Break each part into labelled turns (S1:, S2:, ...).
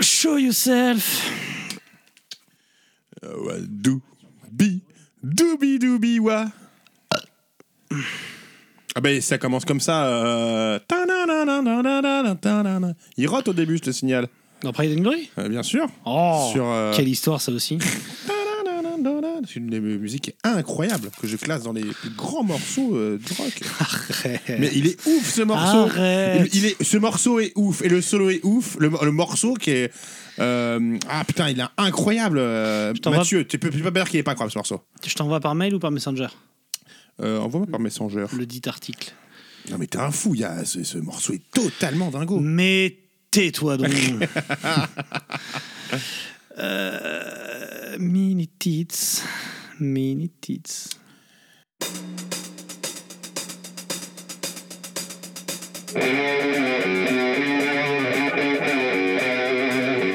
S1: Show yourself.
S2: Ah ouais, Doubi, doubi doubi wa. Ah ben ça commence comme ça. euh, ta-na-na-na-na-na-na, ta-na-na. Il rote au début, je te signale.
S1: Dans Pride and Glory
S2: Euh, bien sûr.
S1: Oh
S2: Sur, euh,
S1: Quelle histoire, ça aussi.
S2: Ta-na-na-na-na-na. C'est une des musiques incroyables que je classe dans les plus grands morceaux euh, du rock. Mais il est ouf ce morceau.
S1: Arrête.
S2: Il, il est, ce morceau est ouf et le solo est ouf. Le, le morceau qui est euh, ah putain il est incroyable. euh,
S1: t'envoie-
S2: Mathieu, tu peux, tu peux pas me dire qu'il est pas incroyable ce morceau.
S1: Je t'envoie par mail ou par Messenger
S2: Euh, Envoie-moi par Messenger.
S1: le dit article.
S2: Non mais t'es un fou, il y a, ce, ce morceau est totalement
S1: Oh.
S2: dingo.
S1: Mais tais-toi donc. euh, mini tits, mini tits.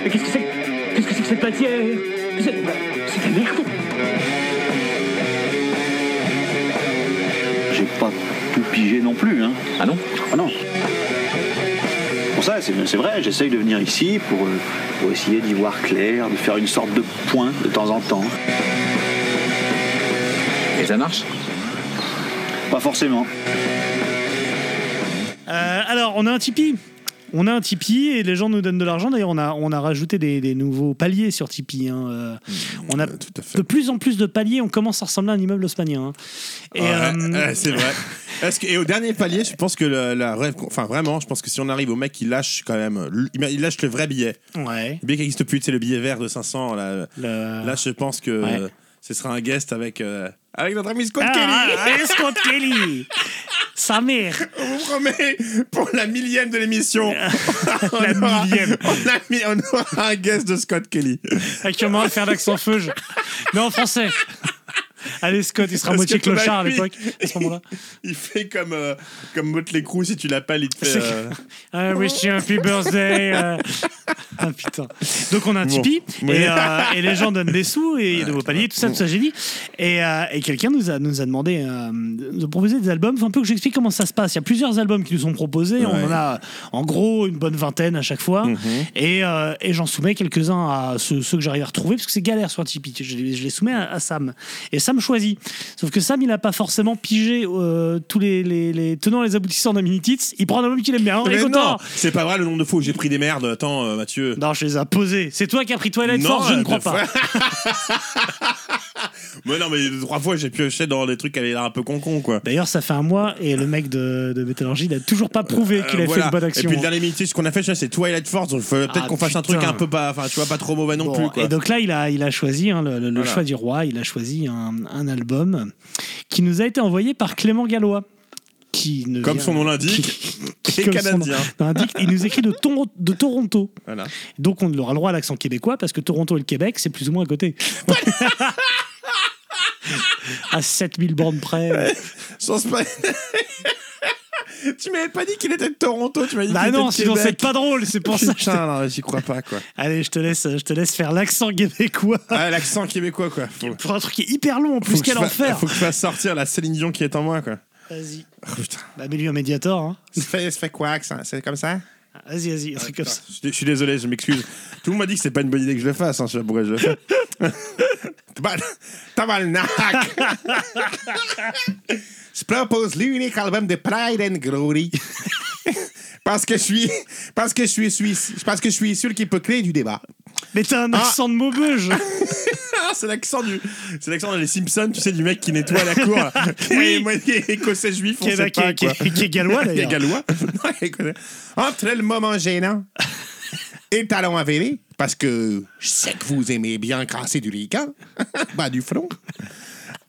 S3: Mais qu'est-ce que c'est Qu'est-ce que c'est que cette matière C'est c'est de la merde
S4: J'ai pas tout pigé non plus, hein.
S3: Ah non
S4: Ah non. Pour ça, c'est c'est vrai, j'essaye de venir ici pour, euh, pour essayer d'y voir clair, de faire une sorte de point de temps en temps.
S3: Et ça marche
S4: Pas forcément.
S1: Euh, alors, on a un Tipeee. On a un Tipeee et les gens nous donnent de l'argent. D'ailleurs, on a, on a rajouté des, des nouveaux paliers sur Tipeee. hein. Euh, on a
S2: Euh, tout à fait.
S1: de plus en plus de paliers. On commence à ressembler à un immeuble haussmanien. hein. Et,
S2: Ouais,
S1: euh,
S2: ouais, c'est vrai. Est-ce que- et au dernier palier, je pense que le- la rêve, enfin vraiment, je pense que si on arrive au mec, il lâche quand même, l- il lâche le vrai billet,
S1: ouais.
S2: le billet qui existe plus, c'est le billet vert de 500. Là,
S1: Le-
S2: là je pense que
S1: Ouais.
S2: euh, ce sera un guest avec euh, avec notre ami Scott
S1: Ah,
S2: Kelly.
S1: ah, allez, Scott Kelly Sa mère
S2: On vous promet pour la millième de l'émission, on,
S1: La
S2: aura-
S1: millième.
S2: on a mis- on aura un guest de Scott Kelly.
S1: Actuellement, à faire l'accent feuge. Mais en français. Allez, Scott, il sera
S2: Parce
S1: moitié
S2: que ton
S1: clochard à
S2: ami-
S1: l'époque, à ce moment-là.
S2: Il fait comme euh, comme Motley Crue si tu l'appelles, il te fait.
S1: C'est-
S2: euh,
S1: I wish you a happy birthday. euh. Ah putain. Donc on a un
S2: Bon.
S1: Tipeee
S2: Oui.
S1: et, euh, et les gens donnent des sous et il y a de vos paliers, tout ça, tout ça, j'ai dit. Et, euh, et quelqu'un nous a, nous a demandé euh, de proposer des albums. Faut un peu que j'explique comment ça se passe. Il y a plusieurs albums qui nous sont proposés. On en
S2: Ouais. Mm-hmm.
S1: a en gros une bonne vingtaine à chaque fois. Et, euh, et j'en soumets quelques-uns à ceux, ceux que j'arrive à retrouver parce que c'est galère sur Tipeee. Je, les- je les soumets à, à Sam. Et Sam choisit. Sauf que Sam, il n'a pas forcément pigé euh, tous les, les, les tenants et les aboutissants d'un mini-tits. Il prend un album qu'il aime bien. hein, il est
S2: Mais
S1: content.
S2: non, c'est pas vrai le nombre de fois où j'ai pris des merdes. Attends, euh, Mathieu.
S1: Non, je les ai posés. C'est toi qui as pris Twilight
S2: Non,
S1: Force, je ne
S2: euh,
S1: crois
S2: de-
S1: pas.
S2: Mais non, mais trois fois j'ai pioché dans des trucs qui avaient l'air un peu con-con, quoi.
S1: D'ailleurs, ça fait un mois et le mec de, de Métallurgie n'a toujours pas prouvé qu'il
S2: Euh,
S1: a
S2: voilà.
S1: fait une bonne action. hein.
S2: Et puis le dernier minute, ce qu'on a fait, c'est Twilight Force. donc faut Peut-être
S1: Ah,
S2: qu'on fasse un
S1: putain.
S2: truc un peu pas, enfin, tu vois, pas trop mauvais non
S1: hein. Bon,
S2: plus. Quoi.
S1: Et donc là, il a, il a choisi hein, le, le- le
S2: Voilà.
S1: choix du roi. Il a choisi un, un album qui nous a été envoyé par Clément Gallois. Qui ne
S2: Comme
S1: vient-
S2: son nom l'indique,
S1: qui-
S2: il est
S1: comme son nom
S2: canadien.
S1: l'indique, il nous écrit de, Toron- de Toronto.
S2: Voilà.
S1: Donc on aura le droit à l'accent québécois parce que Toronto et le Québec, c'est plus ou moins à côté. à 7000 bornes près.
S2: Sans spoil- tu m'avais pas dit qu'il était de Toronto, tu m'as dit
S1: Bah
S2: qu'il
S1: non,
S2: était de
S1: sinon c'est
S2: Québec.
S1: pas drôle, c'est pour ça. que je te-
S2: Putain, non, j'y crois pas, quoi.
S1: Allez, je te laisse, je te laisse faire l'accent québécois
S2: Ah, l'accent québécois, quoi. Faut,
S1: pour un truc qui est hyper long en
S2: faut
S1: plus
S2: que je
S1: qu'à
S2: fa-
S1: l'enfer.
S2: Faut que je fasse sortir la Céline Dion qui est en moi, quoi.
S1: Vas-y.
S2: Oh, putain.
S1: Bah, mets-lui un médiator. Hein.
S2: Ça fait, ça fait quoi, accent C'est comme ça
S1: Vas-y, vas-y, un truc comme ça.
S2: Ah, Je, suis- je suis désolé, je m'excuse. Tout le monde m'a dit que c'est pas une bonne idée que je le fasse. Hein, je sais pas pourquoi je le fais. Tabal- Tabarnak Je propose l'unique album de Pride and Glory. Parce que je suis, parce que je suis, suisse- parce que je suis sûr qu'il peut créer du débat.
S1: Mais t'as un accent de Maubeuge.
S2: Ah, c'est l'accent du, c'est l'accent dans les Simpsons, tu sais, du mec qui nettoie la cour. là.
S1: Oui.
S2: Et moi, qui est écossais juif, on
S1: Qui est-
S2: sait
S1: qui est-
S2: pas
S1: qui est-
S2: quoi.
S1: qui est gallois,
S2: Qui est
S1: d'ailleurs.
S2: gallois. Non, il est écossais. Entre le moment gênant et le talon avéré, parce que je sais que vous aimez bien casser du lican, bas du front.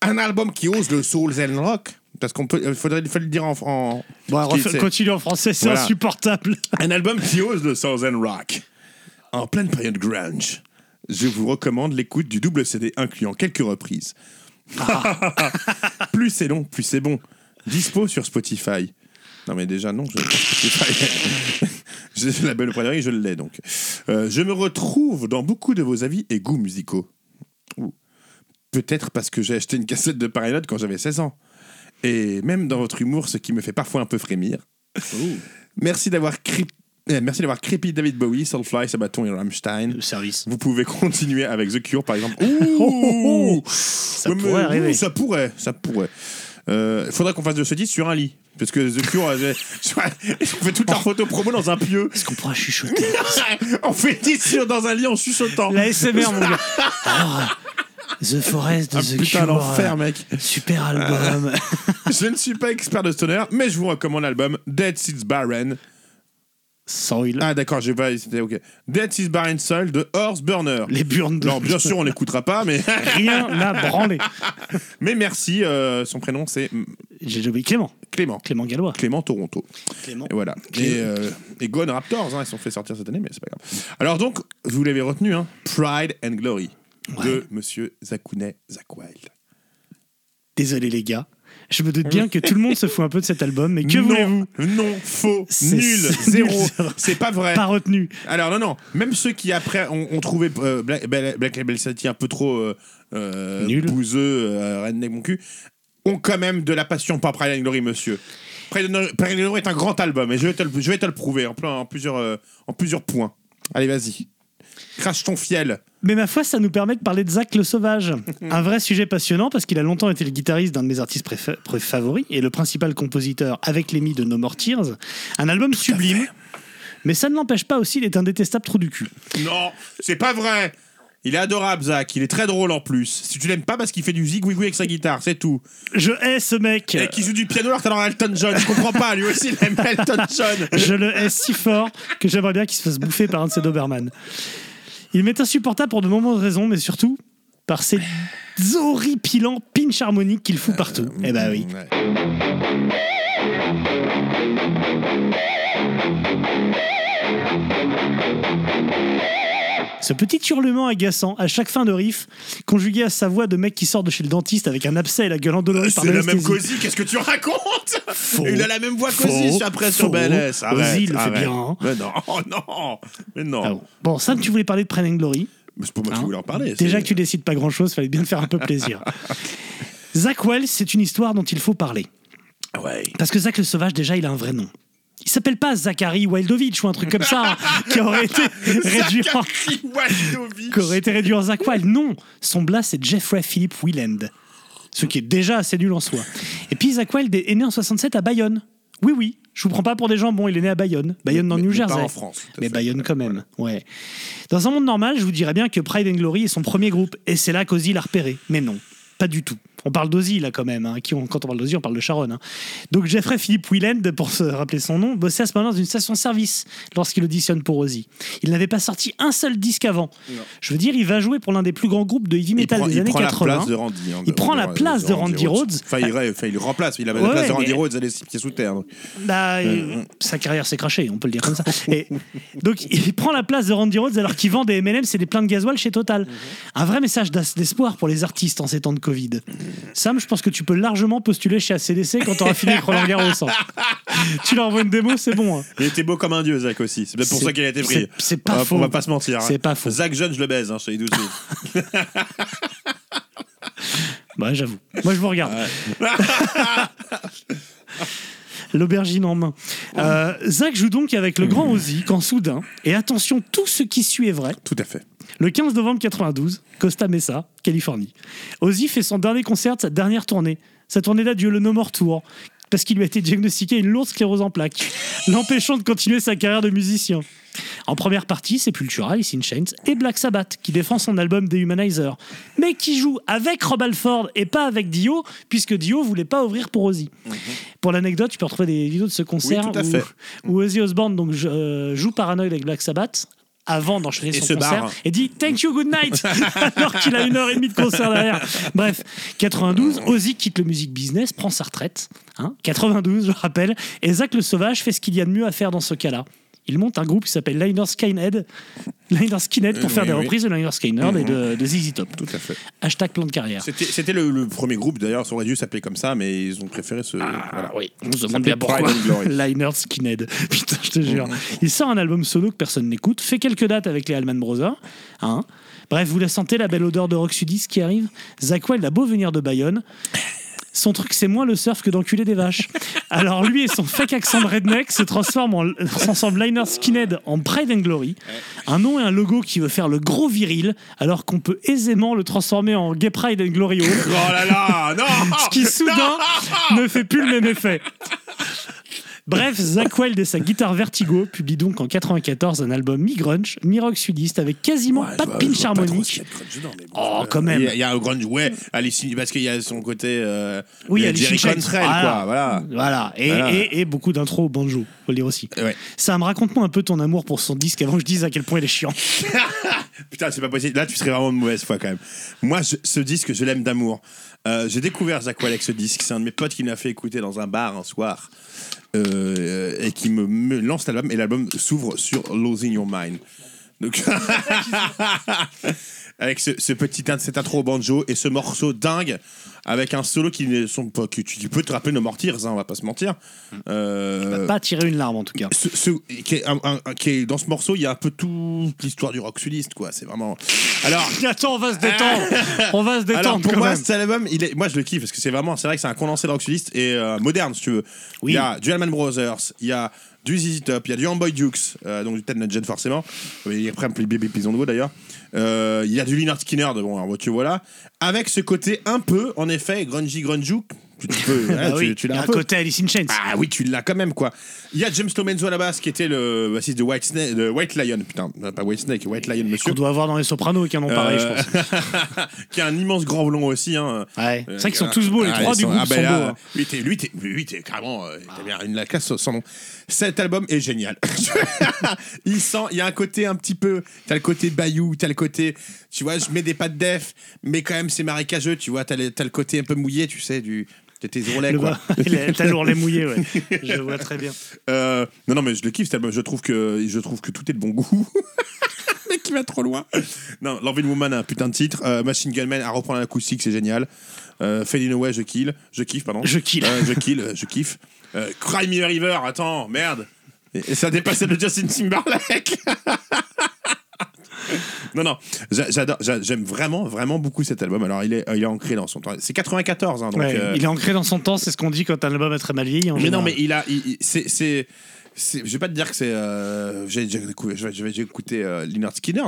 S2: Un album qui ose le soul and rock, parce qu'on peut, il faudrait, il faut le dire en, en
S1: Bon, alors,
S2: parce qu'il-
S1: refais-
S2: c'est-
S1: continue en français, c'est
S2: Voilà.
S1: insupportable.
S2: un album qui ose le Southern rock. En pleine période grunge, je vous recommande l'écoute du double CD incluant quelques reprises. plus c'est long, plus c'est bon. Dispo sur Spotify. Non mais déjà non, je Spotify. J'ai la belle première, je l'ai donc. Euh, je me retrouve dans beaucoup de vos avis et goûts musicaux. Ouh. Peut-être parce que j'ai acheté une cassette de Paris Note quand j'avais 16 ans. Et même dans votre humour, ce qui me fait parfois un peu frémir. Merci d'avoir cri- Eh, Merci d'avoir crépi David Bowie, Soulfly, Sabaton et Rammstein.
S1: Le service.
S2: Vous pouvez continuer avec The Cure, par exemple. Ouh
S1: Oh. Ça
S2: Ouais, mais,
S1: pourrait
S2: ouh,
S1: arriver.
S2: Ça pourrait, ça pourrait. Euh, faudrait qu'on fasse de ce disque sur un lit. Parce que The Cure, euh, j'ai- on fait toute la photo promo dans un pieu.
S1: Est-ce qu'on pourra chuchoter
S2: on fait 10 sur dans un lit en chuchotant.
S1: La SMR, mon gars. Alors, The Forest de
S2: Ah,
S1: The
S2: putain, Ah.
S1: Cure.
S2: l'enfer, mec.
S1: euh, Super album.
S2: Je ne suis pas expert de stoner, mais je vous recommande l'album Dead Seeds Barren.
S1: Soil.
S2: Ah, d'accord, j'ai pas. C'était ok. Dead Seeds Barren Soul de Horse Burner.
S1: Les burnes de.
S2: Non, bien sûr, on l'écoutera pas, mais,
S1: Rien n'a branlé.
S2: mais merci. euh, son prénom, c'est
S1: J'ai oublié Clément.
S2: Clément.
S1: Clément Gallois.
S2: Clément Toronto.
S1: Clément.
S2: Et voilà. Et, euh, et Gone Raptors, hein, ils sont fait sortir cette année, mais c'est pas grave. Alors donc, vous l'avez retenu, hein, Pride and Glory de Monsieur Zakounet Zakwild.
S1: Désolé, les gars. Je me doute bien que tout le monde se fout un peu de cet album, mais que voulez-vous
S2: non, non, faux,
S1: C'est-
S2: nul,
S1: c'est
S2: zéro,
S1: nul, zéro.
S2: c'est pas vrai.
S1: Pas retenu.
S2: Alors non, non, même ceux qui après ont, ont trouvé euh, Black, Black- Black Label Society un peu trop euh, euh,
S1: Nul.
S2: bouseux, euh, redneck mon cul, ont quand même de la passion pour Pride and Glory, monsieur. Pride and Glory- Pride and Glory est un grand album et je vais te le, je vais te le prouver en, plein- en plusieurs, euh, en plusieurs points. Allez, vas-y. Crache ton fiel.
S1: Mais ma foi, ça nous permet de parler de Zach le Sauvage. Un vrai sujet passionnant parce qu'il a longtemps été le guitariste d'un de mes artistes préfé- pré- favoris et le principal compositeur avec l'Emmy de No More Tears. Un album sublime. Mais ça ne l'empêche pas aussi d'être un détestable trou du cul.
S2: Non, c'est pas vrai. Il est adorable, Zach. Il est très drôle en plus. Si tu l'aimes pas parce qu'il fait du zigouigoui avec sa guitare, c'est tout.
S1: Je hais ce mec.
S2: Et qui joue du piano alors que t'as dans Elton John. Je comprends pas. Lui aussi, il aime Elton John.
S1: Je le hais si fort que j'aimerais bien qu'il se fasse bouffer par un de ses Doberman. Il m'est insupportable pour de nombreuses raisons, mais surtout par ses horripilants pinch harmoniques qu'il fout partout. eh bah oui.
S2: Euh, Ouais.
S1: Ce petit hurlement agaçant à chaque fin de riff, conjugué à sa voix de mec qui sort de chez le dentiste avec un abcès et la gueule endolorie par
S2: Ah, Euh, C'est la même
S1: l'anesthésie.
S2: Cozy, qu'est-ce que tu racontes
S1: Faux.
S2: Il a la même voix
S1: Faux.
S2: qu'Ozzy sur- après sur
S1: Faux.
S2: BLS. Arrête,
S1: Ozzy le fait
S2: arrête.
S1: bien, hein.
S2: Mais non, oh non, mais non.
S1: Ah bon. Bon, Sam, tu voulais parler de Pride and Glory.
S2: Mais c'est pour moi que
S1: Hein
S2: tu voulais en parler.
S1: Déjà
S2: c'est-
S1: que tu décides pas grand-chose, fallait bien te faire un peu plaisir. Zach Wells, c'est une histoire dont il faut parler.
S2: Ah Ouais.
S1: Parce que Zach le Sauvage, déjà, il a un vrai nom. Il s'appelle pas Zachary Wildovich ou un truc comme ça, hein, qui aurait été réduit en,
S2: Zachary Waldovic.
S1: qui aurait été réduit en Zach Wild. Non, son blast, c'est Jeffrey Philip Wieland. Ce qui est déjà assez nul en soi. Et puis Zach Wild est né en 67 à Bayonne. Oui, oui, je vous prends pas pour des jambons, il est né à Bayonne. Bayonne dans
S2: Mais-
S1: le New
S2: mais pas
S1: Jersey.
S2: en France, tout à
S1: Mais
S2: fait.
S1: Bayonne quand même, ouais. Dans un monde normal, je vous dirais bien que Pride and Glory est son premier groupe, et c'est là qu'Ozzy l'a repéré. Mais non, pas du tout. On parle d'Ozzy là quand même. hein. Qui on- quand on parle d'Ozzy, on parle de Sharon. hein. Donc Jeffrey Philip Wieland, pour se rappeler son nom, bossait à ce moment dans une station-service lorsqu'il auditionne pour Ozzy. Il n'avait pas sorti un seul disque avant. Je veux dire, il va jouer pour l'un des plus grands groupes de heavy
S2: Il
S1: metal
S2: prend,
S1: des
S2: il
S1: années
S2: prend la
S1: 80.
S2: place de Randy. hein,
S1: Il
S2: de-
S1: prend la
S2: de-
S1: place de Randy Rhodes.
S2: Enfin, il, re- enfin, il le remplace. Il avait
S1: Ouais,
S2: la place de
S1: ouais,
S2: Randy
S1: mais-
S2: Rhodes, elle est pieds sous terre.
S1: Bah, euh, sa carrière s'est crachée, on peut le dire comme ça. Et donc, il prend la place de Randy Rhodes alors qu'il vend des MLM, c'est des pleins de gasoil chez Total. Un vrai message d'as- d'espoir pour les artistes en ces temps de Covid. Sam, je pense que tu peux largement postuler chez ACDC quand t'auras fini avec Roland Garros. hein. tu leur envoies une démo, c'est bon. hein.
S2: Il était beau comme un dieu, Zach aussi. C'est peut-être pour
S1: C'est-
S2: ça qu'il a été pris.
S1: c'est- c'est pas
S2: On va-
S1: faux.
S2: On va pas se mentir. hein.
S1: C'est pas faux.
S2: Zach jeune, je le baise, hein, je te le dis tout de suite.
S1: Bah, j'avoue. Moi, je vous regarde. L'aubergine en main. Euh, Zach joue donc avec le grand Ozzy quand soudain, et attention, tout ce qui suit est vrai.
S2: Tout à fait.
S1: Le 15 novembre 92, Costa Mesa, Californie. Ozzy fait son dernier concert, de sa dernière tournée. Sa tournée date du Le No More Tour, parce qu'il lui a été diagnostiqué une lourde sclérose en plaques, l'empêchant de continuer sa carrière de musicien. En première partie, c'est Sepultura, Alice in Chains et Black Sabbath, qui défend son album Dehumanizer, mais qui joue avec Rob Alford et pas avec Dio, puisque Dio voulait pas ouvrir pour Ozzy. Pour l'anecdote, tu peux retrouver des vidéos de ce concert
S2: Mhm. tout à
S1: où-
S2: fait.
S1: où, Ozzy Osbourne donc, je- euh, joue Paranoid avec Black Sabbath, avant d'enchaîner
S2: Et
S1: son
S2: se
S1: concert
S2: barre.
S1: et dit thank you good night alors qu'il a une heure et demie de concert derrière bref 92 Ozzy quitte le music business prend sa retraite hein, 92 je rappelle et Zach le Sauvage fait ce qu'il y a de mieux à faire dans ce cas-là il monte un groupe qui s'appelle Liner Skinhead Liner Skinhead pour
S2: Euh,
S1: faire
S2: oui,
S1: des
S2: oui. Mhm.
S1: reprises de Liner Skinhead et de, de ZZ Top
S2: Tout à fait.
S1: hashtag plan de carrière
S2: C'était c'était le, le premier groupe, d'ailleurs, ça aurait dû s'appeler comme ça, mais ils ont préféré ce. voilà.
S1: Ah oui, on se
S2: Ça
S1: demande bien
S2: fait Pride
S1: pourquoi.
S2: and Glory.
S1: Liner Skinhead. Putain, je te jure. Il sort un album solo que personne n'écoute, fait quelques dates avec les Allman Brothers. Hein. Bref, vous la sentez, la belle odeur de Rock Sudis qui arrive Zach Wild a beau venir de Bayonne. Son truc, c'est moins le surf que d'enculer des vaches. Alors lui et son fake accent de redneck se transforment en transforment Liner Skinhead en Pride and Glory. Un nom et un logo qui veut faire le gros viril, alors qu'on peut aisément le transformer en Gay Pride and Glory Hall,
S2: Oh là là, non
S1: ce qui soudain ne fait plus le même effet. Bref, Zach Wild et sa guitare Vertigo publient donc en 94 un album mi-grunge, mi-rock sudiste avec quasiment
S2: Ouais,
S1: pas
S2: je
S1: de
S2: vois- je
S1: pinch
S2: vois pas trop ce
S1: harmonique.
S2: qu'il y a de grunge dedans, mais bon,
S1: Oh,
S2: euh,
S1: quand même.
S2: Il y a- il y, a un grunge, ouais, Alice in- parce qu'il y a son côté. euh,
S1: Oui,
S2: il y a
S1: Alice
S2: Jerry
S1: in Chains. Ah.
S2: Cantrell, quoi, voilà.
S1: Voilà. Et,
S2: Voilà.
S1: et- et beaucoup d'intros au banjo, faut le dire aussi.
S2: Ouais.
S1: Sam, raconte-moi un peu ton amour pour son disque avant que je dise à quel point il est chiant.
S2: Putain, c'est pas possible. Là, tu serais vraiment de mauvaise foi quand même. Moi, je- ce disque, je l'aime d'amour. Euh, j'ai découvert Zach Wild avec ce disque. C'est un de mes potes qui me l'a fait écouter dans un bar un soir euh, et qui me, me lance l'album. Et l'album s'ouvre sur Losing Your Mind. Donc, avec ce, ce petit in- cette intro au banjo et ce morceau dingue avec un solo qui ne sont pas. qui- tu, tu peux te rappeler nos mortirs, hein, on va pas se mentir. Euh,
S1: Pas tirer une larme en tout cas.
S2: ce, ce- qui est un- un- un- qui est- dans ce morceau, il y a un peu toute l'histoire du rock sudiste, quoi. C'est vraiment. Alors,
S1: Attends, on va se détendre. on va se détendre
S2: alors pour
S1: quand
S2: moi,
S1: même.
S2: cet album, il est, moi je le kiffe parce que c'est vraiment, c'est vrai que c'est un condensé de rock sudiste et euh, moderne, si tu veux.
S1: Oui.
S2: Il y a du Allman Brothers, il y a du ZZ Top, il y a du Homeboy Dukes, euh, donc du Ted Nugent forcément. Et après, un petit bébé Pison de Veau, d'ailleurs. Euh, il y a du Leonard Skinner, de bon, alors, tu voilà. Avec ce côté un peu, en effet, grungy, grungeouk. Tu, tu peux,
S1: Bah
S2: hein, tu-
S1: oui,
S2: tu
S1: il y
S2: l'as
S1: a
S2: un
S1: un
S2: peu.
S1: côté Alice in Chains.
S2: Ah oui, tu l'as quand même, quoi. Il y a James Lomenzo à la basse, qui était le bassiste de White, Sna- de White Lion, putain, pas White Snake, White Lion, monsieur.
S1: Qu'on doit avoir dans les sopranos et qui en ont pareil,
S2: Euh.
S1: je pense.
S2: pense. qui a un immense grand blond aussi. Hein.
S1: Ouais.
S2: Euh,
S1: C'est vrai qu'ils sont tous beaux, les
S2: ah,
S1: trois
S2: ils
S1: du
S2: sont-
S1: groupe
S2: ah, ben
S1: sont
S2: là,
S1: beaux. hein. Ah.
S2: Lui, t'es, lui, t'es, lui, t'es carrément. euh, t'as bien une la classe sans- sans nom. Cet album est génial. il sent. Il y a un côté un petit peu. T'as le côté Bayou, t'as le côté. Tu vois, je mets des pas de def, mais quand même, c'est marécageux, tu vois. T'as le, t'as le côté un peu mouillé, tu sais, du. De tes ourlets,
S1: Le
S2: quoi.
S1: bas. Il a toujours les mouillés, ouais. Je vois très bien.
S2: Euh, non, non, mais je le kiffe cet album. Je trouve que, je trouve que tout est de bon goût. Le Mec qui va trop loin. Non, L'Envie de Woman a un putain de titre. Euh, Machine Gun Man à reprendre à l'acoustique, c'est génial. Euh, Fading Away, je kill. Je kiffe, pardon.
S1: Je kill.
S2: Euh, je kill, euh, je kiffe. Euh, Cry Me a River, attends, merde. Et- et ça dépassait le Justin Timberlake. Non, non, j'a- j'adore, j'a- j'aime vraiment, vraiment beaucoup cet album. Alors, il est, il est ancré dans son temps. C'est 94, hein, donc.
S1: Ouais,
S2: euh,
S1: Il est ancré dans son temps, c'est ce qu'on dit quand un album est très mal vieilli. en
S2: mais
S1: général.
S2: non, mais il a. il- il- c'est, c'est, c'est- je vais pas te dire que c'est. euh, j'ai, j'ai, écouté- je vais- je vais- j'ai écouté euh, Leonard Skinner,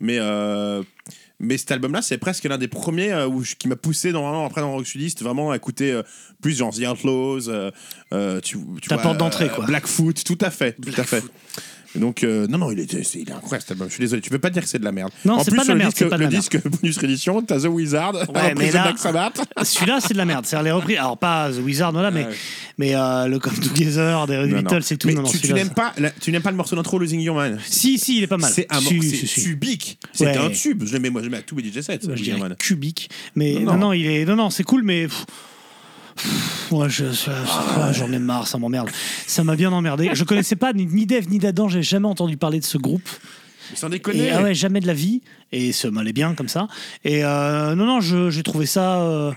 S2: mais, euh, mais cet album-là, c'est presque l'un des premiers euh, où je- qui m'a poussé, normalement, après dans le Rock Sudiste, vraiment à écouter euh, plus genre The Outlaws, euh, euh, tu, tu
S1: Ta
S2: vois, euh,
S1: porte d'entrée, quoi.
S2: Blackfoot, tout à fait. Tout à fait. Donc, euh, non, non, il est, c'est- il est incroyable cet album. Je suis désolé, tu peux pas dire que c'est de la merde.
S1: Non,
S2: en
S1: c'est
S2: plus,
S1: pas de la
S2: sur le
S1: merde,
S2: disque-
S1: c'est pas de la
S2: le
S1: merde.
S2: disque bonus édition, t'as The Wizard,
S1: mais
S2: reprise de
S1: là-
S2: Black Sabbath.
S1: Celui-là, c'est de la merde. C'est-à-dire les reprises. Alors, pas The Wizard, voilà, mais, mais euh, le Come Together, des
S2: Non, non.
S1: Beatles et tout.
S2: Mais
S1: non, non,
S2: tu, tu
S1: celui-là,
S2: n'aimes
S1: ça-
S2: pas, la- tu n'aimes pas le morceau d'intro Losing Your Man
S1: Si, si, il est pas mal.
S2: C'est un
S1: Si,
S2: morceau
S1: si, si.
S2: subique. C'est
S1: Ouais.
S2: un tube. Je le mets, moi, je le mets à tous mes DJ sets.
S1: je
S2: Losing
S1: dirais
S2: Your Man.
S1: cubique. Mais non,
S2: Non,
S1: non,
S2: non.
S1: il est. Non, non, c'est cool, mais. pff, pff, ouais, je- je- ah, j'en ai marre, ça m'emmerde. Ça m'a bien emmerdé. Je connaissais pas ni, ni Dave ni Dadan, j'ai jamais entendu parler de ce groupe.
S2: Sans
S1: Et,
S2: déconner.
S1: ah ouais, jamais de la vie. Et ça m'allait bien comme ça. Et euh, non, non, je- j'ai trouvé ça euh,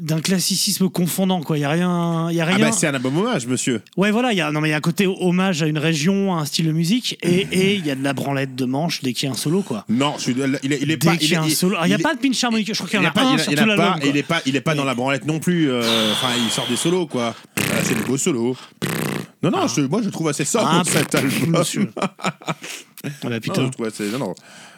S1: d'un classicisme confondant, quoi. Il n'y a rien. Y a
S2: Ah
S1: rien...
S2: bah c'est un album hommage, monsieur.
S1: Ouais, voilà, il y a, non, mais il y a un côté hommage à une région, à un style de musique, et
S2: Mm.
S1: et il y a de la branlette de manche dès qu'il y a un solo, quoi.
S2: Non, je suis- il est, il est
S1: Dès
S2: pas.
S1: qu'il y a un
S2: est-
S1: solo. Alors, Il n'y a
S2: il est-
S1: pas de pinch harmonique, je crois qu'il y en
S2: il
S1: a
S2: est
S1: pas un sur
S2: il est- il
S1: tout
S2: est pas-
S1: l'album. quoi.
S2: Il est pas, il est pas dans la branlette non plus. euh, Enfin, il sort des solos quoi. Voilà, c'est des beaux solos. Non, non, je- moi je le trouve assez sobre
S1: Ah,
S2: cet
S1: pff,
S2: album.
S1: monsieur. Ah bah
S2: Non,
S1: putain.
S2: je trouve assez- non, non,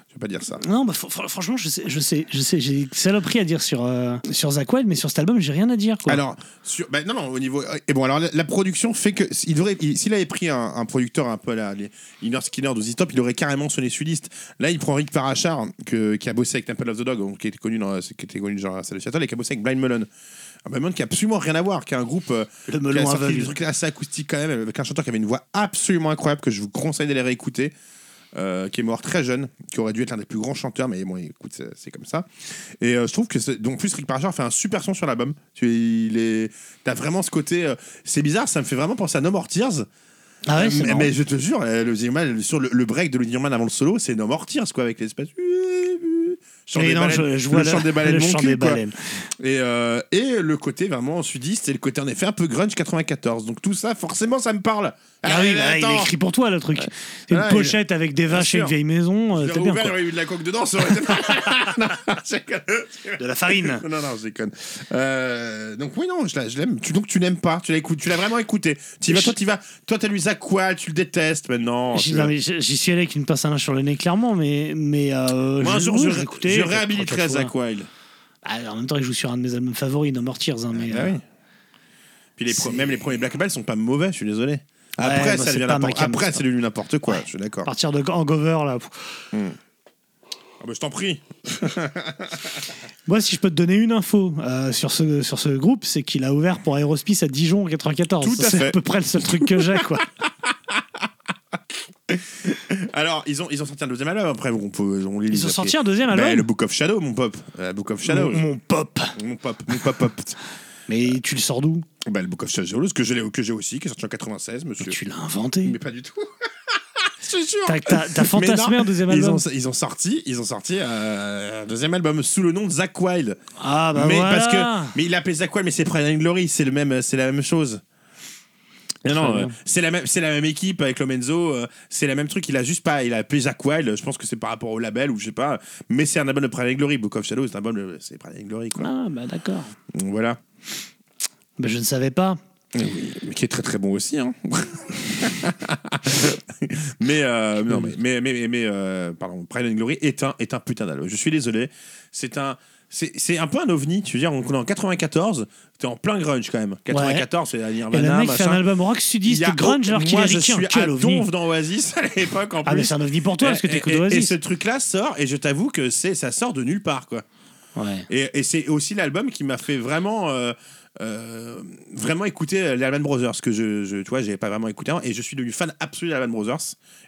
S2: je vais pas dire ça.
S1: Non, bah, fr- fr- franchement, je sais, je sais, je sais, j'ai des saloperies à dire sur, euh, sur Zach Wild, mais sur cet album, j'ai rien à dire. Quoi.
S2: Alors, sur, bah non, non, au niveau. Et bon, alors la, la production fait que. Il devrait, il- s'il avait pris un, un producteur un peu à la les- Inner Skinner de Z-Top, il aurait carrément sonné sudiste. Là, il prend Rick Parachar, que, qui a bossé avec Temple of the Dog, donc, qui était connu dans qui était connu genre à Salle de Seattle, et qui a bossé avec Blind Melon. Un Blind Melon qui a absolument rien à voir, qui est un groupe. euh,
S1: Le melon
S2: qui a sorti
S1: aveugle.
S2: des trucs assez acoustiques quand même, avec un chanteur qui avait une voix absolument incroyable, que je vous conseille d'aller réécouter. euh, qui est mort très jeune, qui aurait dû être l'un des plus grands chanteurs, mais bon, écoute, c'est- c'est comme ça. Et euh, je trouve que c'est- donc plus Rick Parachar fait un super son sur l'album. Tu il est t'as vraiment ce côté euh, c'est bizarre, ça me fait vraiment penser à No More Tears.
S1: ah ouais, c'est
S2: mais,
S1: marrant.
S2: mais je te jure, euh, le Zingman sur le, le break de le Zingman avant le solo, c'est No More Tears quoi avec l'espèce chant
S1: Mais
S2: des
S1: non,
S2: baleines,
S1: je, je vois
S2: le chant des baleines,
S1: le
S2: mon
S1: chant
S2: cul,
S1: des
S2: quoi.
S1: baleines.
S2: Et, euh, et le côté vraiment sudiste, c'est le côté en effet un peu grunge 94. Donc tout ça, forcément, ça me parle.
S1: Ah oui,
S2: Allez,
S1: bah, il est
S2: attends.
S1: écrit pour toi, le truc. C'est une
S2: Ah, il-
S1: pochette avec des vaches et
S2: sûr.
S1: une vieille maison. euh,
S2: Je l'aurais
S1: T'es bien,
S2: ouvert, il y
S1: quoi.
S2: aurait eu de la coque dedans, ça aurait été. non, je déconne.
S1: De la farine.
S2: Non, non, non, je déconne. Euh, donc, oui, non, je la- je l'aime. Tu- Donc, tu l'aimes pas. Tu l'as écouté- tu l'as vraiment écouté. Tu y vas, toi, tu vas. Toi, t'as lu ça quoi Tu le détestes maintenant.
S1: J'y
S2: tu
S1: non,
S2: vois.
S1: mais j'- j'y suis allé avec une pince à linge sur le nez, clairement, mais. mais euh,
S2: Moi, un
S1: je-
S2: jour,
S1: oui,
S2: je,
S1: j'ai écouté,
S2: je
S1: trois, quatre
S2: réhabiliterai
S1: fois.
S2: Zach Wilde.
S1: Ah, en même temps, il joue sur un de mes albums favoris, No More Tears. hein, mais,
S2: Ah
S1: euh,
S2: oui. Puis les pro-
S1: c'est-
S2: même les premiers Black Ball sont pas mauvais, je suis désolé. Après,
S1: moi,
S2: ça
S1: c'est
S2: devient
S1: pas
S2: n'importe-
S1: ma cam,
S2: Après,
S1: ça.
S2: c'est devenu n'importe quoi, je suis
S1: à
S2: d'accord.
S1: partir de Hangover, là. pff.
S2: Ah bah, je t'en prie.
S1: Moi, si je peux te donner une info euh, sur, ce, sur ce groupe, c'est qu'il a ouvert pour Aerospice à Dijon en 94.
S2: Tout à
S1: Ça, C'est
S2: fait.
S1: à peu près le seul truc que j'ai, quoi.
S2: Alors, ils ont, ils ont sorti un deuxième album après, on, peut, on les
S1: Ils
S2: lise
S1: ont
S2: après.
S1: sorti un deuxième album.
S2: Bah, le Book of Shadow, mon pop. Euh, Book of Shadow.
S1: mon, mon pop.
S2: Mon pop, mon pop, pop.
S1: Mais tu le sors d'où
S2: Bah, le Book of Shadow, ce que je l'ai- que j'ai aussi, qui est sorti en 96, monsieur.
S1: Tu l'as inventé.
S2: Mais pas du tout. Je te jure.
S1: T'as- T'as t'as fantasmé
S2: Mais non,
S1: un deuxième
S2: Ils
S1: album
S2: ont, ils ont sorti, ils ont sorti euh, un deuxième album sous le nom de Zach Wilde.
S1: Ah, bah
S2: mais
S1: voilà.
S2: parce que mais il l'appelait Zach Wilde, mais c'est Pride and Glory, c'est le même, c'est la même chose. Non, non,
S1: bien.
S2: euh, c'est la même, c'est la même équipe avec Lomenzo, euh, c'est la même truc. Il a juste pas, il a appelé Zach Wilde. Je pense que c'est par rapport au label ou je sais pas. Mais c'est un album de Pride and Glory. Book of Shadow, c'est un album, de- c'est Pride and Glory quoi.
S1: Ah, bah d'accord.
S2: Donc, Voilà.
S1: Bah, je ne savais pas.
S2: Mais qui est très très bon aussi. Hein. mais, euh, non, mais mais mais mais, mais, euh, pardon, Pride and Glory est un est un putain d'album. Je suis désolé. C'est un c'est c'est un peu un ovni. Tu veux dire, on est en 94. T'es en plein grunge quand même. 94, c'est la
S1: Et le
S2: Nirvana.
S1: mec fait un
S2: machin.
S1: album rock
S2: bah Il y
S1: sudiste
S2: a-
S1: grunge alors qu'il
S2: Moi,
S1: est
S2: je
S1: ricain.
S2: suis à
S1: Quel ovni
S2: donf dans Oasis à l'époque en
S1: Ah, mais
S2: plus.
S1: c'est un ovni pour toi parce que
S2: Et-
S1: t'écoutes
S2: et- Et
S1: Oasis.
S2: ce truc-là sort, et je t'avoue que c'est ça sort de nulle part, quoi.
S1: Ouais.
S2: Et, et c'est aussi l'album qui m'a fait vraiment, euh, euh, vraiment écouter euh, les Allman Brothers, que je, je tu vois, j'avais pas vraiment écouté avant, et je suis devenu fan absolu des Allman Brothers,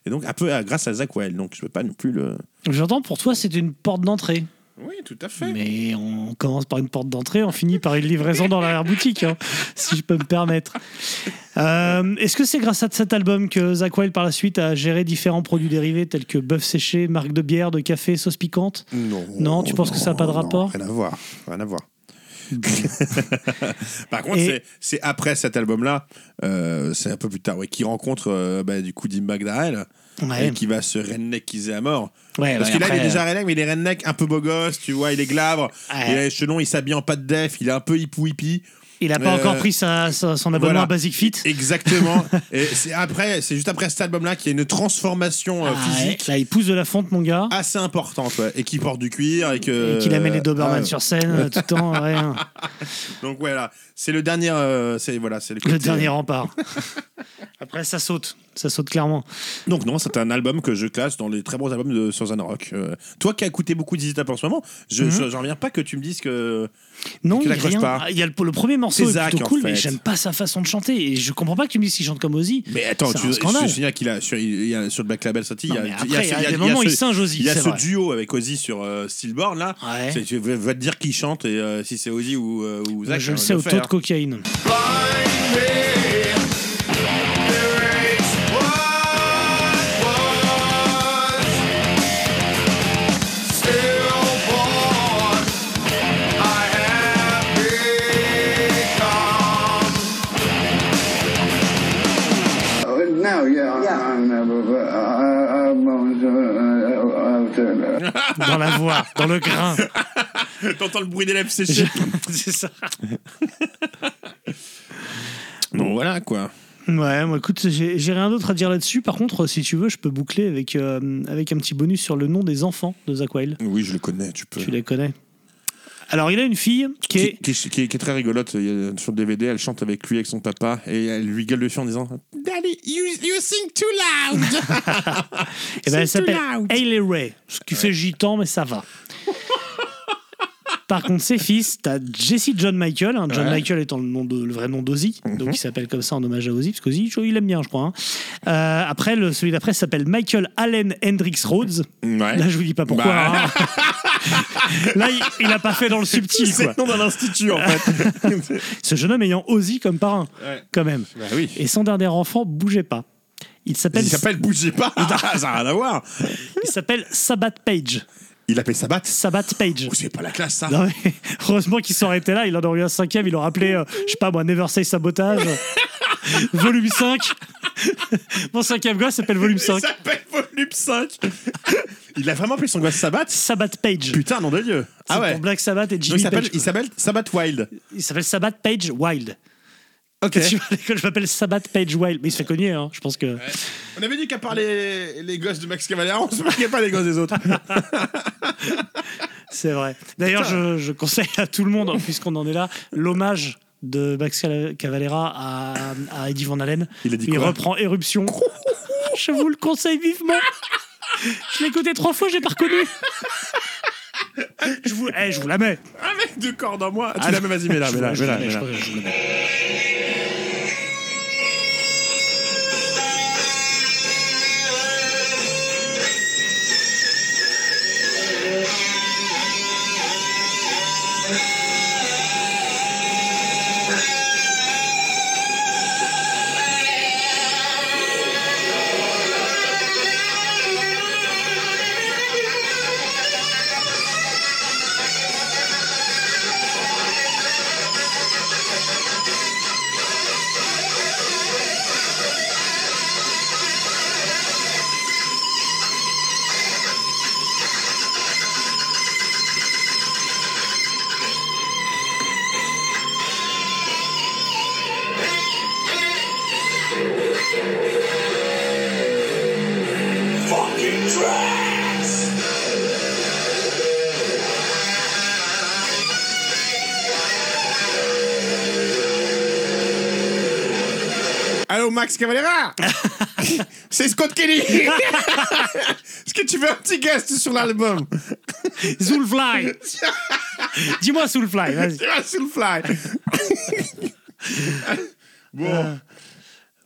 S2: et donc un peu à- grâce à Zach Well, donc je peux pas non plus le.
S1: J'entends pour toi c'est une porte d'entrée.
S2: Oui, tout à fait.
S1: Mais on commence par une porte d'entrée, on finit par une livraison dans l'arrière-boutique, hein, si je peux me permettre. Euh, Est-ce que c'est grâce à cet album que Zach Wilde par la suite a géré différents produits dérivés tels que bœuf séché, marque de bière, de café, sauce piquante
S2: Non.
S1: Non, tu penses que ça a pas de
S2: non,
S1: rapport
S2: Rien à voir. Rien à voir. Par contre,
S1: Et-
S2: c'est- c'est après cet album-là, euh, c'est un peu plus tard, ouais, qui rencontre euh, bah, du coup Dim McDowell
S1: Ouais,
S2: et qui va se redneckiser à mort.
S1: ouais,
S2: Parce
S1: ouais,
S2: que là, il
S1: après, euh,
S2: est déjà redneck, mais il est redneck un peu beau gosse, tu vois, il est glabre,
S1: Ouais.
S2: il a les cheveux longs, il s'habille en pas de def, il est un peu hippie-hippie.
S1: il a pas
S2: euh,
S1: encore pris sa- sa- son abonnement
S2: voilà.
S1: à Basic Fit.
S2: Exactement. et c'est après, c'est juste après cet album-là qu'il y a une transformation euh,
S1: Ah,
S2: physique
S1: ouais, Là, il pousse de la fonte, mon gars.
S2: assez importante, ouais, et qui porte du cuir et que.
S1: Et qu'il amène les Doberman
S2: Ah,
S1: sur scène euh, tout le temps, ouais, hein.
S2: Donc voilà, c'est le dernier, euh, c'est voilà, c'est le,
S1: le
S2: côté-
S1: dernier rempart. Après, ça saute, ça saute clairement.
S2: Donc non, c'est un album que je classe dans les très bons albums de Southern Rock. Euh, toi qui as écouté beaucoup d'Izzy Top en ce moment, je
S1: Mhm.
S2: je- j'en reviens pas que tu me dises que
S1: Non,
S2: Tu
S1: il y a
S2: l'accroches
S1: rien.
S2: pas.
S1: Ah, Il y a le, le premier morceau
S2: C'est
S1: est,
S2: Zach,
S1: plutôt
S2: en
S1: cool, mais
S2: fait.
S1: j'aime pas sa façon de chanter. Et je comprends pas que tu me dises qu'il chante comme Ozzy.
S2: Mais attends,
S1: C'est
S2: tu,
S1: un
S2: je
S1: scandale.
S2: te signale qu'il a sur, il y a sur le Black Label sorti,
S1: Non,
S2: il y a-
S1: mais
S2: il y a
S1: après,
S2: ce-
S1: il y a des
S2: il y a
S1: moments où
S2: ce-
S1: il singe Ozzy.
S2: Il y a
S1: c'est
S2: ce
S1: vrai.
S2: duo avec Ozzy sur euh, Stillborn là.
S1: Ouais.
S2: C'est- Tu vas te dire qui chante et euh, si c'est Ozzy ou, euh, ou Zach.
S1: je le
S2: euh,
S1: sais au
S2: fais,
S1: taux
S2: hein.
S1: de cocaïne.
S5: Oh, No, yeah, I'm, uh, I- I'm, uh, uh, uh, uh,
S1: Dans la voix, dans le grain.
S2: T'entends le bruit des lèvres séchées.
S1: c'est ça.
S2: bon voilà quoi.
S1: Ouais, moi, écoute, j'ai j'ai rien d'autre à dire là-dessus. Par contre, si tu veux, je peux boucler avec, euh, avec un petit bonus sur le nom des enfants de Zach Wilde.
S2: Oui, je le connais, tu peux.
S1: Tu les connais Alors, il a une fille qui
S2: Qui,
S1: est.
S2: qui, qui est- qui est très rigolote il y a- sur le DVD, elle chante avec lui, avec son papa, et elle lui gueule dessus en disant Daddy, you, you sing too loud
S1: Eh ben, elle
S2: C'est too
S1: s'appelle
S2: loud.
S1: Hailey Ray, ce qui fait gitan, mais ça va. Par contre, ses fils, t'as Jesse John Michael, hein, John
S2: Ouais. Mhm.
S1: Michael étant le, nom de, le vrai nom d'Ozzy, donc il s'appelle comme ça en hommage à Ozzy, parce qu'Ozzy, je- il aime bien, je crois. hein. Euh, après, le, celui d'après s'appelle Michael Allen Hendrix Rhodes.
S2: Ouais.
S1: Là, je vous dis pas pourquoi.
S2: Bah.
S1: hein. Là, il, il a pas fait dans le subtil,
S2: C'est
S1: quoi.
S2: le nom d'un institut en fait.
S1: Ce jeune homme ayant Ozzy comme parrain,
S2: Ouais.
S1: quand même.
S2: bah oui.
S1: Et son dernier enfant, bougez pas. Il s'appelle
S2: Il s'appelle Bougez pas, ça n'a rien à voir.
S1: il s'appelle Sabat Page.
S2: Il appelait Sabat.
S1: Sabat Page.
S2: Oh, c'est pas la classe, ça.
S1: Non, mais heureusement qu'il s'en arrêtait là, il en aurait eu un cinquième, il aurait appelé, euh, je sais pas moi, Never Say Sabotage, volume 5. Mon cinquième gosse s'appelle volume
S2: Il
S1: 5.
S2: s'appelle Volume 5. il a vraiment appelé son gosse Sabat
S1: Sabat Page.
S2: Putain, nom de Dieu.
S1: C'est
S2: Ah ouais.
S1: pour Black Sabbath et
S2: Donc, il
S1: Jimmy
S2: s'appelle-
S1: Page.
S2: il s'appelle Sabat Wild.
S1: Il s'appelle Sabat Page Wild.
S2: Ok.
S1: Tu vois, à l'école, je m'appelle Sabat Page Wild. Mais il se fait cogner, hein, je pense que.
S2: On avait dit qu'à part les, les gosses de Max Cavalera, on se moquait pas des gosses des autres.
S1: C'est vrai. D'ailleurs, je, je conseille à tout le monde, hein, puisqu'on en est là, l'hommage de Max Cal- Cavalera à, à Eddie Van Halen.
S2: Il a dit
S1: Il
S2: quoi
S1: reprend Éruption. je vous le conseille vivement. Je l'ai écouté trois fois, j'ai pas reconnu. Je vous, eh, je vous la mets.
S2: Un mec de cordes en moi. Tu l'as même vas-y, mets-la,
S1: Je vous
S2: mets-la,
S1: la- je vous
S2: mets-la,
S1: la mets, je
S2: mets-la.
S1: crois que je vous la mets.
S6: fucking tracks.
S2: Allô, Max Cavalera C'est Scott Kelly Est-ce que tu veux un petit guest sur l'album
S1: Soulfly. Dis-moi Soulfly, vas-y.
S2: Tu vas sur le fly Bon,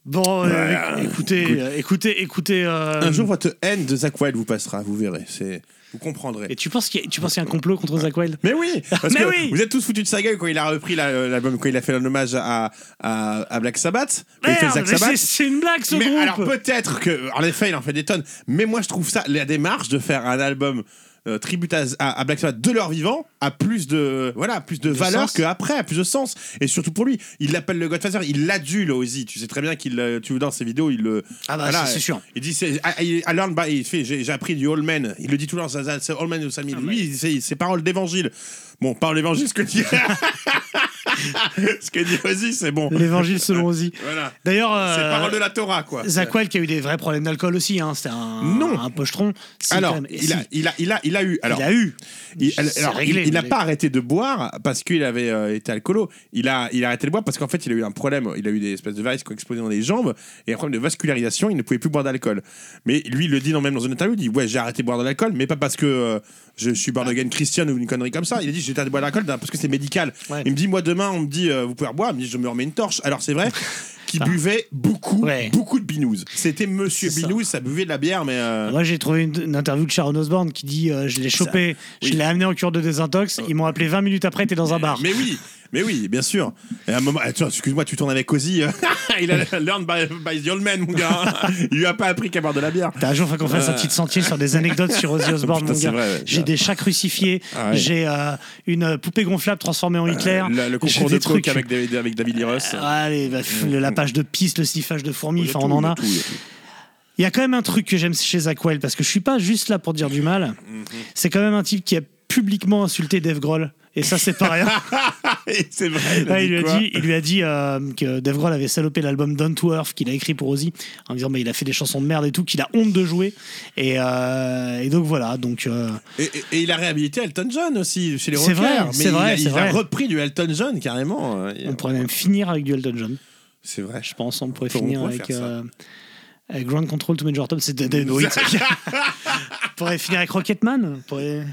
S1: Bon, euh, écoutez, euh, écoutez, écoutez. euh,
S2: un jour votre haine de Zach Wilde vous passera, vous verrez, c'est vous comprendrez.
S1: Et tu penses qu'il y, a- tu penses qu'il y a un complot contre Zach Wilde
S2: Mais oui, parce
S1: Mais
S2: que
S1: oui
S2: vous êtes tous foutus de sa gueule quand il a repris la- l'album, quand il a fait un hommage à, à, à Black Sabbath. quand il fait
S1: Merde,
S2: Black
S1: mais
S2: Sabbath.
S1: c'est c'est une blague ce
S2: mais
S1: groupe.
S2: alors peut-être que, en effet, il en fait des tonnes. Mais moi, je trouve ça la démarche de faire un album euh, tribute à, à- à Black Sabbath de leur vivant a plus de voilà plus de, valeur
S1: sens.
S2: qu'après, a plus de sens. Et surtout pour lui, il l'appelle le Godfather, il l'adule Ozzy. Tu sais très bien qu'il euh, tu dans ses vidéos, il le
S1: Ah bah, c'est- c'est sûr.
S2: Il dit c'est I, I- I learned by- il fait j'ai j'ai appris du All Man. Il le dit tout le temps, ça- ça- c'est All Man ou Sammy.
S1: Ah,
S2: Lui, il- c'est ses paroles d'évangile. Bon, parole d'évangile, ce que dit ce que dit Ozzy, c'est bon.
S1: L'évangile selon Ozzy.
S2: Voilà.
S1: D'ailleurs, euh,
S2: C'est parole de la Torah, quoi.
S1: Zach Wilde qui a eu des vrais problèmes d'alcool aussi. Hein. C'était un,
S2: Non.
S1: un pochetron. Si,
S2: Alors,
S1: quand même. Et
S2: il a,
S1: si,
S2: il, a, il, a, il a eu. Alors,
S1: il a eu.
S2: il-
S1: C'est
S2: alors, il-
S1: réglé,
S2: il n'a
S1: mais-
S2: pas arrêté de boire parce qu'il avait euh, été alcoolo. Il a, il a arrêté de boire parce qu'en fait, il a eu un problème. Il a eu des espèces de varices qui ont explosé dans les jambes et un problème de vascularisation. Il ne pouvait plus boire d'alcool. Mais lui, il le dit dans, même dans une interview il dit, Ouais, j'ai arrêté de boire de l'alcool, mais pas parce que euh, je suis born again christian ou une connerie comme ça. Il a dit J'ai arrêté de boire de l'alcool parce que c'est médical.
S1: Ouais.
S2: Il me dit Moi, demain, on me dit euh, Vous pouvez boire. Il me dit Je me remets une torche. Alors, c'est vrai qu'il buvait beaucoup,
S1: Ouais.
S2: beaucoup de binous. C'était monsieur
S1: C'est ça.
S2: binous, ça buvait de la bière, mais. euh,
S1: Moi, j'ai trouvé une, une interview de Sharon Osbourne qui dit euh, Je l'ai chopé, je
S2: oui. Euh.
S1: l'ai amené en cure de désintox. Ils m'ont appelé 20 minutes après, t'es dans un bar.
S2: Mais oui, mais oui, bien sûr. Et à un moment, attends, excuse-moi, tu tournes avec Ozzy. euh, il a learned by, by the old man, mon gars. hein. Il lui a pas appris qu'à boire de la bière.
S1: T'as un jour, faut qu'on fasse un petit sentier sur des anecdotes sur Ozzy Osbourne,
S2: Euh. Putain,
S1: mon
S2: c'est
S1: gars.
S2: vrai, ouais.
S1: j'ai des chats crucifiés,
S2: Ah ouais. Euh,
S1: j'ai euh, une euh, poupée gonflable transformée en Hitler.
S2: Le, le
S1: j'ai
S2: concours
S1: des
S2: de coke
S1: trucs.
S2: avec, Mm. David- avec David Liros.
S1: Allez, bah, pff, le lapage de piste, le sniffage de fourmis,
S2: Il y
S1: enfin on
S2: tout,
S1: en
S2: il y
S1: a.
S2: tout, il y tout.
S1: Il y a quand même un truc que j'aime chez Zach Wilde, parce que je suis pas juste là pour dire du mal.
S2: Mhm.
S1: C'est quand même un type qui a publiquement insulté Dave Grohl. Et ça, c'est pas rien.
S2: Et c'est vrai.
S1: Ouais, Ah, il, lui
S2: quoi
S1: a dit, il lui a dit euh, que Dave Grohl avait salopé l'album Down to Earth qu'il a écrit pour Ozzy en disant mais il a fait des chansons de merde et tout qu'il a honte de jouer et, euh, et donc voilà donc euh,
S2: Et, et- et il a réhabilité Elton John aussi chez les
S1: C'est vrai,
S2: rockers. Mais
S1: c'est
S2: il a-
S1: vrai,
S2: Il,
S1: c'est
S2: a
S1: vrai.
S2: repris du Elton John carrément. euh,
S1: on pourrait même finir avec du Elton John
S2: C'est vrai.
S1: je pense on pourrait
S2: On
S1: finir
S2: pourrait
S1: avec,
S2: faire ça.
S1: euh, avec Ground Control to Major Tom c'est David Bowie on pourrait finir avec Rocketman on pourrait-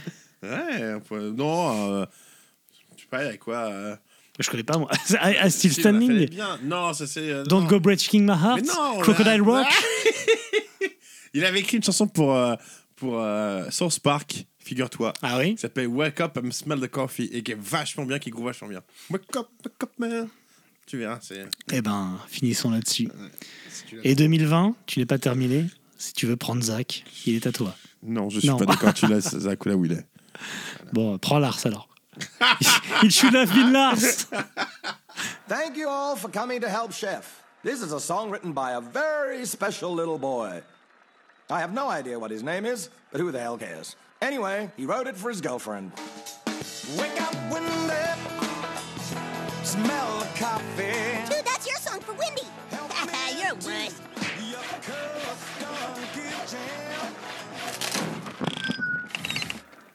S2: Ouais, on pourrait- non. euh, je sais pas, il y a quoi euh,
S1: je connais pas moi I, I Still
S2: si, on a fait les
S1: Standing
S2: biens. Non, ça c'est. euh,
S1: Don't
S2: non.
S1: Go Breaking My Heart
S2: Mais non,
S1: Crocodile
S2: là- Ah.
S1: Rock
S2: Il avait écrit une chanson pour, euh, pour euh, South Park, figure-toi.
S1: ah oui
S2: Qui s'appelle Wake Up and Smell the Coffee et qui est vachement bien, qui groove vachement bien. Wake up, wake up, man. Tu verras, c'est. Euh,
S1: Eh ben, finissons là-dessus. Et 2020, tu n'es pas terminé. Si tu veux prendre Zach, il est à toi.
S2: Non, je suis
S1: Non.
S2: pas d'accord. Tu laisses Zach là où il est.
S1: Bon, prends Lars alors. il should have been Lars.
S7: Thank you all for coming to help Chef. This is a song written by a very special little boy. I have no idea what his name is, but who the hell cares? Anyway, he wrote it for his girlfriend. Wake up, Wendy. Smell the coffee.
S8: Dude, that's your song for Wendy. You're one.
S7: Your cup's gonna get jammed.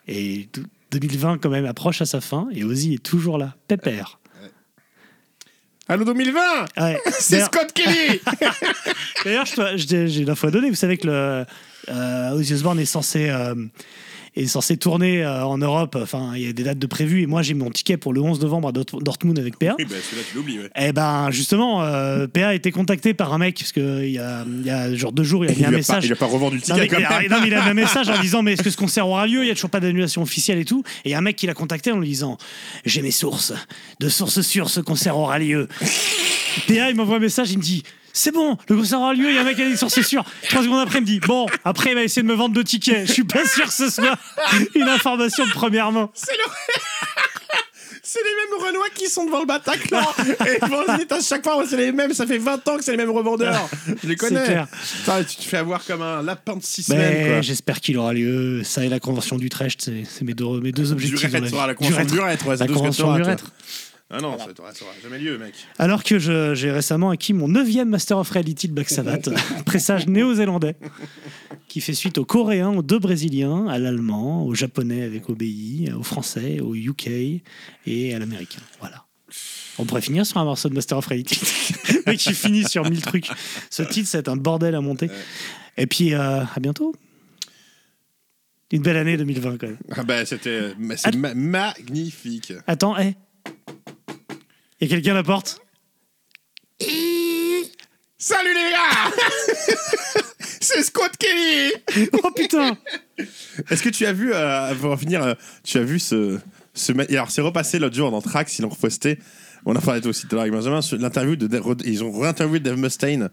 S1: Et d- 2020 quand même approche à sa fin et Ozzy est toujours là. Pépère.
S2: Allô 2020
S1: Ouais.
S2: C'est
S1: D'ailleurs-
S2: Scott Kelly
S1: D'ailleurs, je dois- je t'ai- j'ai la fois donné. Vous savez que le, euh, Ozzy Osbourne est censé, euh, est censé tourner euh, en Europe. Enfin, il y a des dates de prévues. Et moi, j'ai mon ticket pour le 11 novembre à Dort- Dortmund avec PA.
S2: Oui, ben celui-là, tu l'oublies, ouais.
S1: Eh ben justement, euh, PA a été contacté par un mec parce que il y a, il y a genre deux jours, il a mis
S2: Il
S1: un
S2: lui a pas,
S1: message.
S2: il a pas revendu le
S1: Non
S2: ticket
S1: mais,
S2: quand
S1: alors,
S2: même.
S1: non, mais il a mis un message en disant mais est-ce que ce concert aura lieu Il y a toujours pas d'annulation officielle et tout. Et il y a un mec qui l'a contacté en lui disant j'ai mes sources, de sources sûres, ce concert aura lieu. PA il m'envoie un message, il me dit c'est bon, le concert aura lieu. Il y a un mec qui a des sources sûres. Trois secondes après, il me dit bon, après il va essayer de me vendre deux tickets. Je suis pas sûr que ce soit une information de première main.
S2: C'est les mêmes Renois qui sont devant le Bataclan et devant le à chaque fois, c'est les mêmes, ça fait 20 ans que c'est les mêmes revendeurs. Je les connais.
S1: clair.
S2: Putain, tu te fais avoir comme un lapin de 6 semaines quoi.
S1: Mais j'espère qu'il aura lieu. Ça et la convention d'Utrecht, c'est c'est mes deux, mes deux objectifs. dans
S2: Durette,
S1: la
S2: t'auras
S1: vie. D'Urètre. La
S2: la convention d'Urètre, ouais, c'est tout ce que
S1: convention
S2: t'auras, toi.
S1: d'Urètre.
S2: Ah non, ça t'aura- ça aura jamais lieu mec.
S1: Alors que je- j'ai récemment acquis mon 9 Master of Reality de Black Sabbath, pressage néo-zélandais, qui fait suite aux Coréens, aux deux Brésiliens, à l'Allemand, aux Japonais avec OBI, aux Français, aux UK et à l'Américain. Voilà. On pourrait finir sur un morceau de Master of Reality, mais qui finit sur mille trucs. Ce titre, c'est un bordel à monter. Et puis, euh, à bientôt. Une belle année 2020 quand même.
S2: Ah bah c'était mais c'est ma- magnifique.
S1: Attends, hé. Il y a quelqu'un à la porte
S2: Salut les gars C'est Scott Kelly
S1: Oh putain
S2: Est-ce que tu as vu, euh, avant de finir, euh, tu as vu ce. ce ma- alors, c'est repassé l'autre jour dans Trax, ils l'ont reposté. On a parlé aussi tout à l'heure avec Benjamin. sur L'interview de Dave- ils ont réinterviewé Dave Mustaine.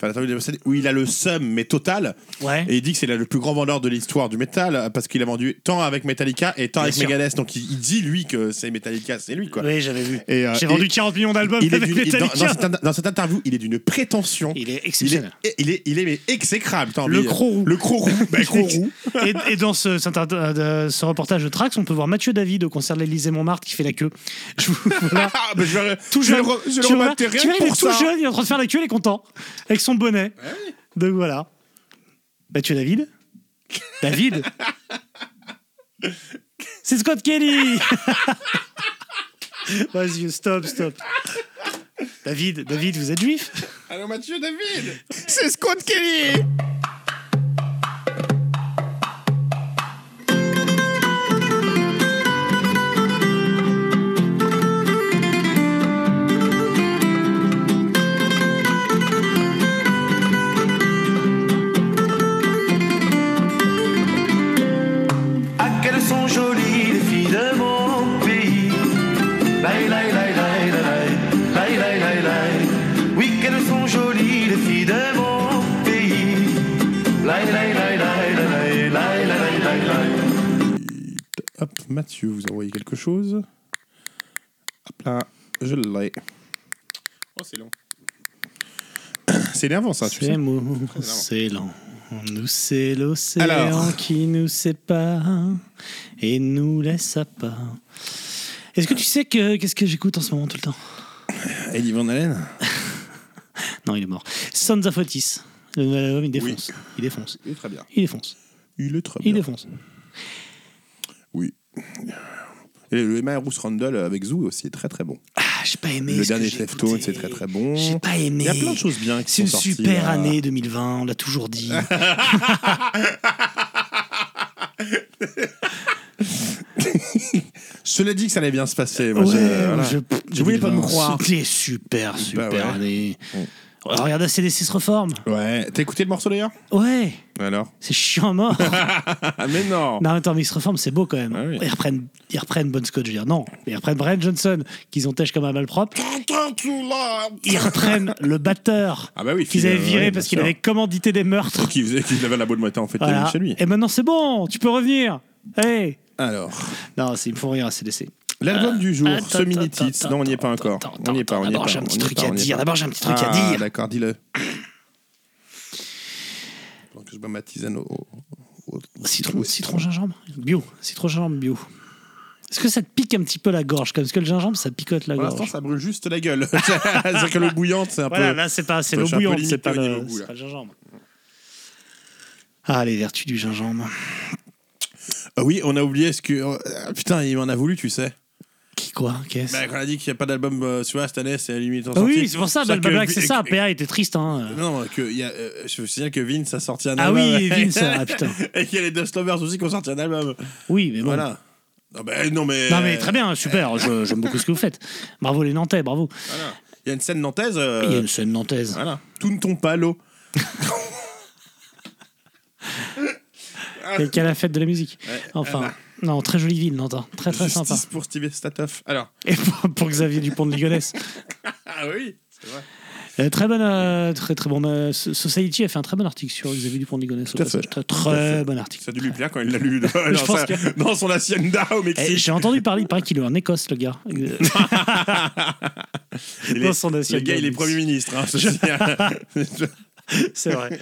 S2: Enfin, l'interview de Dave Mustaine, où il a le seum, mais total.
S1: Ouais.
S2: Et il dit que c'est le plus grand vendeur de l'histoire du métal, euh, parce qu'il a vendu tant avec Metallica et
S1: Bien
S2: tant avec
S1: sûr.
S2: Megadeth. Donc, il, il dit, lui, que c'est Metallica, c'est lui, quoi.
S1: Oui, j'avais vu.
S2: Et, euh,
S1: J'ai
S2: et-
S1: vendu 40 millions d'albums
S2: Il est
S1: avec
S2: d'une- il- dans,
S1: Metallica.
S2: dans cette, in- dans cette interview, il est d'une prétention.
S1: Il est
S2: Il est,
S1: exceptionnel.
S2: il est, il est, mais exécrable. t'as
S1: Le
S2: envie.
S1: Croc-Roux.
S2: Le Croc-Roux. Ben, Croc-Roux.
S1: Et, et dans ce, cet inter- euh, ce reportage de Trax, on peut voir Mathieu David au concert de l'Elysée Montmartre qui fait la queue. Je vous- voilà.
S2: Ah, ben, je vais,
S1: Tout
S2: je vais
S1: jeune.
S2: le re- je vais le
S1: Tu vois,
S2: remater
S1: tu
S2: rien
S1: vois,
S2: que
S1: il est
S2: pour
S1: tout
S2: ça.
S1: jeune, il est en train de faire la queue, il est content. Avec son bonnet. Donc voilà. Mathieu David David C'est Scott Kelly Vas-y, stop, stop. David, David, vous êtes juif
S2: Allô Mathieu David C'est Scott Kelly
S9: Ah, qu'elles sont jolies les filles de mon pays. Laï, laï, laï, laï, laï, laï, laï, laï, laï. Oui, qu'elles sont jolies les filles de mon pays. Laï, laï, laï, laï, laï, laï, laï, laï, laï, laï.
S2: Hop, Mathieu, vous envoyez quelque chose. Hop là, je l'ai. Oh, c'est long. C'est énervant ça, Ah, tu sais.
S1: C'est mou, c'est lent. Nous, c'est l'océan
S2: Alors.
S1: qui nous sépare et nous laisse à part. Est-ce que tu sais que qu'est-ce que j'écoute en ce moment tout le temps
S2: Eddie Van Halen
S1: Non, il est mort. Sons of Otis. Le nouvel album, il défonce. Il défonce.
S2: Il est très bien.
S1: Il défonce.
S2: Il est très
S1: Il
S2: bien.
S1: défonce.
S2: Oui. Et le Emma Rousse Randall avec Zoo aussi est très très bon.
S1: Ah, j'ai pas aimé.
S2: le
S1: ce que
S2: dernier
S1: j'ai
S2: Cleftone,
S1: écouté.
S2: c'est très très bon.
S1: J'ai pas aimé.
S2: Il y a plein de choses bien qui
S1: C'est une
S2: sont sorties, euh,
S1: super
S2: là.
S1: année 2020, on l'a toujours dit.
S2: Je l'ai dit que ça allait bien se passer. Moi,
S1: Ouais,
S2: je, voilà.
S1: je-
S2: Je voulais pas me
S1: 2020,
S2: croire. Bah
S1: C'était super, super
S2: ouais.
S1: année. Oh, Regarde ACDC se reforme.
S2: Ouais. T'as écouté le morceau d'ailleurs
S1: Ouais,
S2: Alors
S1: c'est chiant à mort.
S2: Ah, mais non
S1: non, attends, mais ils se reforment, c'est beau quand même.
S2: Ah oui.
S1: Ils reprennent, ils reprennent Bon Scott, je veux dire, non. Ils reprennent Brian Johnson, qu'ils ontèchent comme un malpropre. Ils reprennent le batteur
S2: Ah bah oui,
S1: qu'ils
S2: Phil,
S1: avaient
S2: euh,
S1: viré
S2: ouais,
S1: parce
S2: bien
S1: qu'il
S2: sûr.
S1: avait commandité des meurtres.
S2: Qui faisait qu'il avait la boîte de matin en fait
S1: Voilà.
S2: chez lui.
S1: Et maintenant c'est bon, tu peux revenir. Hey
S2: Alors,
S1: Non, c'est- ils me font rire à CDC.
S2: l'album du jour,
S1: Attends,
S2: ce mini
S1: attends,
S2: titre.
S1: attends,
S2: Non, on n'y est pas
S1: attends,
S2: encore.
S1: Ah, attends,
S2: On n'y est pas,
S1: attends,
S2: on n'y est pas.
S1: D'abord, j'ai un
S2: on
S1: petit
S2: n'y est
S1: truc
S2: pas,
S1: à
S2: on n'y est
S1: dire.
S2: pas.
S1: D'abord, j'ai un petit truc à
S2: Ah,
S1: dire.
S2: D'accord, dis-le. Pendant que je bois ma tisane au. au- au-
S1: Citron,
S2: au
S1: citron, gingembre Bio. Citron, gingembre bio. Est-ce que ça te pique un petit peu la gorge Comme parce que le gingembre, ça picote la
S2: Pour l'instant,
S1: gorge.
S2: ça brûle juste la gueule. C'est-à-dire que l'eau bouillante, c'est un
S1: Voilà,
S2: peu.
S1: là, c'est pas c'est
S2: je
S1: l'eau
S2: suis un peu
S1: bouillante,
S2: limité
S1: c'est pas,
S2: au niveau
S1: le,
S2: goût,
S1: c'est
S2: là.
S1: pas le gingembre. Ah, les vertus du gingembre.
S2: Ah oui, on a oublié ce que. ah, putain, il m'en a voulu, tu sais.
S1: Qui quoi Qu'est-ce
S2: Bah, quand on a dit qu'il n'y a pas d'album, euh, tu vois, cette année, c'est à la limite en
S1: Ah
S2: sortie.
S1: Oui, c'est pour ça,
S2: C'est-à-dire
S1: Balbabla,
S2: que-
S1: c'est ça. PA était triste. Hein.
S2: Non, que il y a, euh, je vous signale que Vince a sorti un
S1: Ah
S2: album.
S1: oui, Vince, ah, putain.
S2: Et qu'il y a les Dust Lovers aussi qui ont sorti un album.
S1: Oui, mais bon.
S2: Voilà. Non, mais, non, mais.
S1: Non, mais très bien, super. je- J'aime beaucoup ce que vous faites. Bravo les Nantais, bravo.
S2: Voilà. Il y a une scène nantaise. euh,
S1: Il y a une scène nantaise.
S2: Voilà. Tout ne tombe pas à l'eau.
S1: Quelle la fête de la musique. Enfin, non, très jolie ville, Nantes. hein. Très très
S2: Justice
S1: sympa.
S2: pour Steve Statoff. Alors.
S1: Et pour, pour Xavier Dupont de Ligonnès.
S2: Ah oui, c'est vrai.
S1: Euh, très bonne, euh, très très bon. euh, So- Society a fait un très bon article sur Xavier Dupont de Ligonnès.
S2: Tout à
S1: Très,
S2: fait. Tout à
S1: très
S2: fait.
S1: bon article.
S2: Ça a dû lui plaire quand il l'a lu dans, dans
S1: pense
S2: sa-
S1: que-
S2: dans son hacienda au
S1: Eh,
S2: Mexique.
S1: J'ai entendu parler, il paraît qu'il est en Écosse, le gars. Euh,
S2: Il
S1: dans
S2: est-
S1: son
S2: le
S1: hacienda
S2: gars,
S1: au
S2: il est
S1: Mexique.
S2: Premier ministre. hein, ceci.
S1: C'est vrai.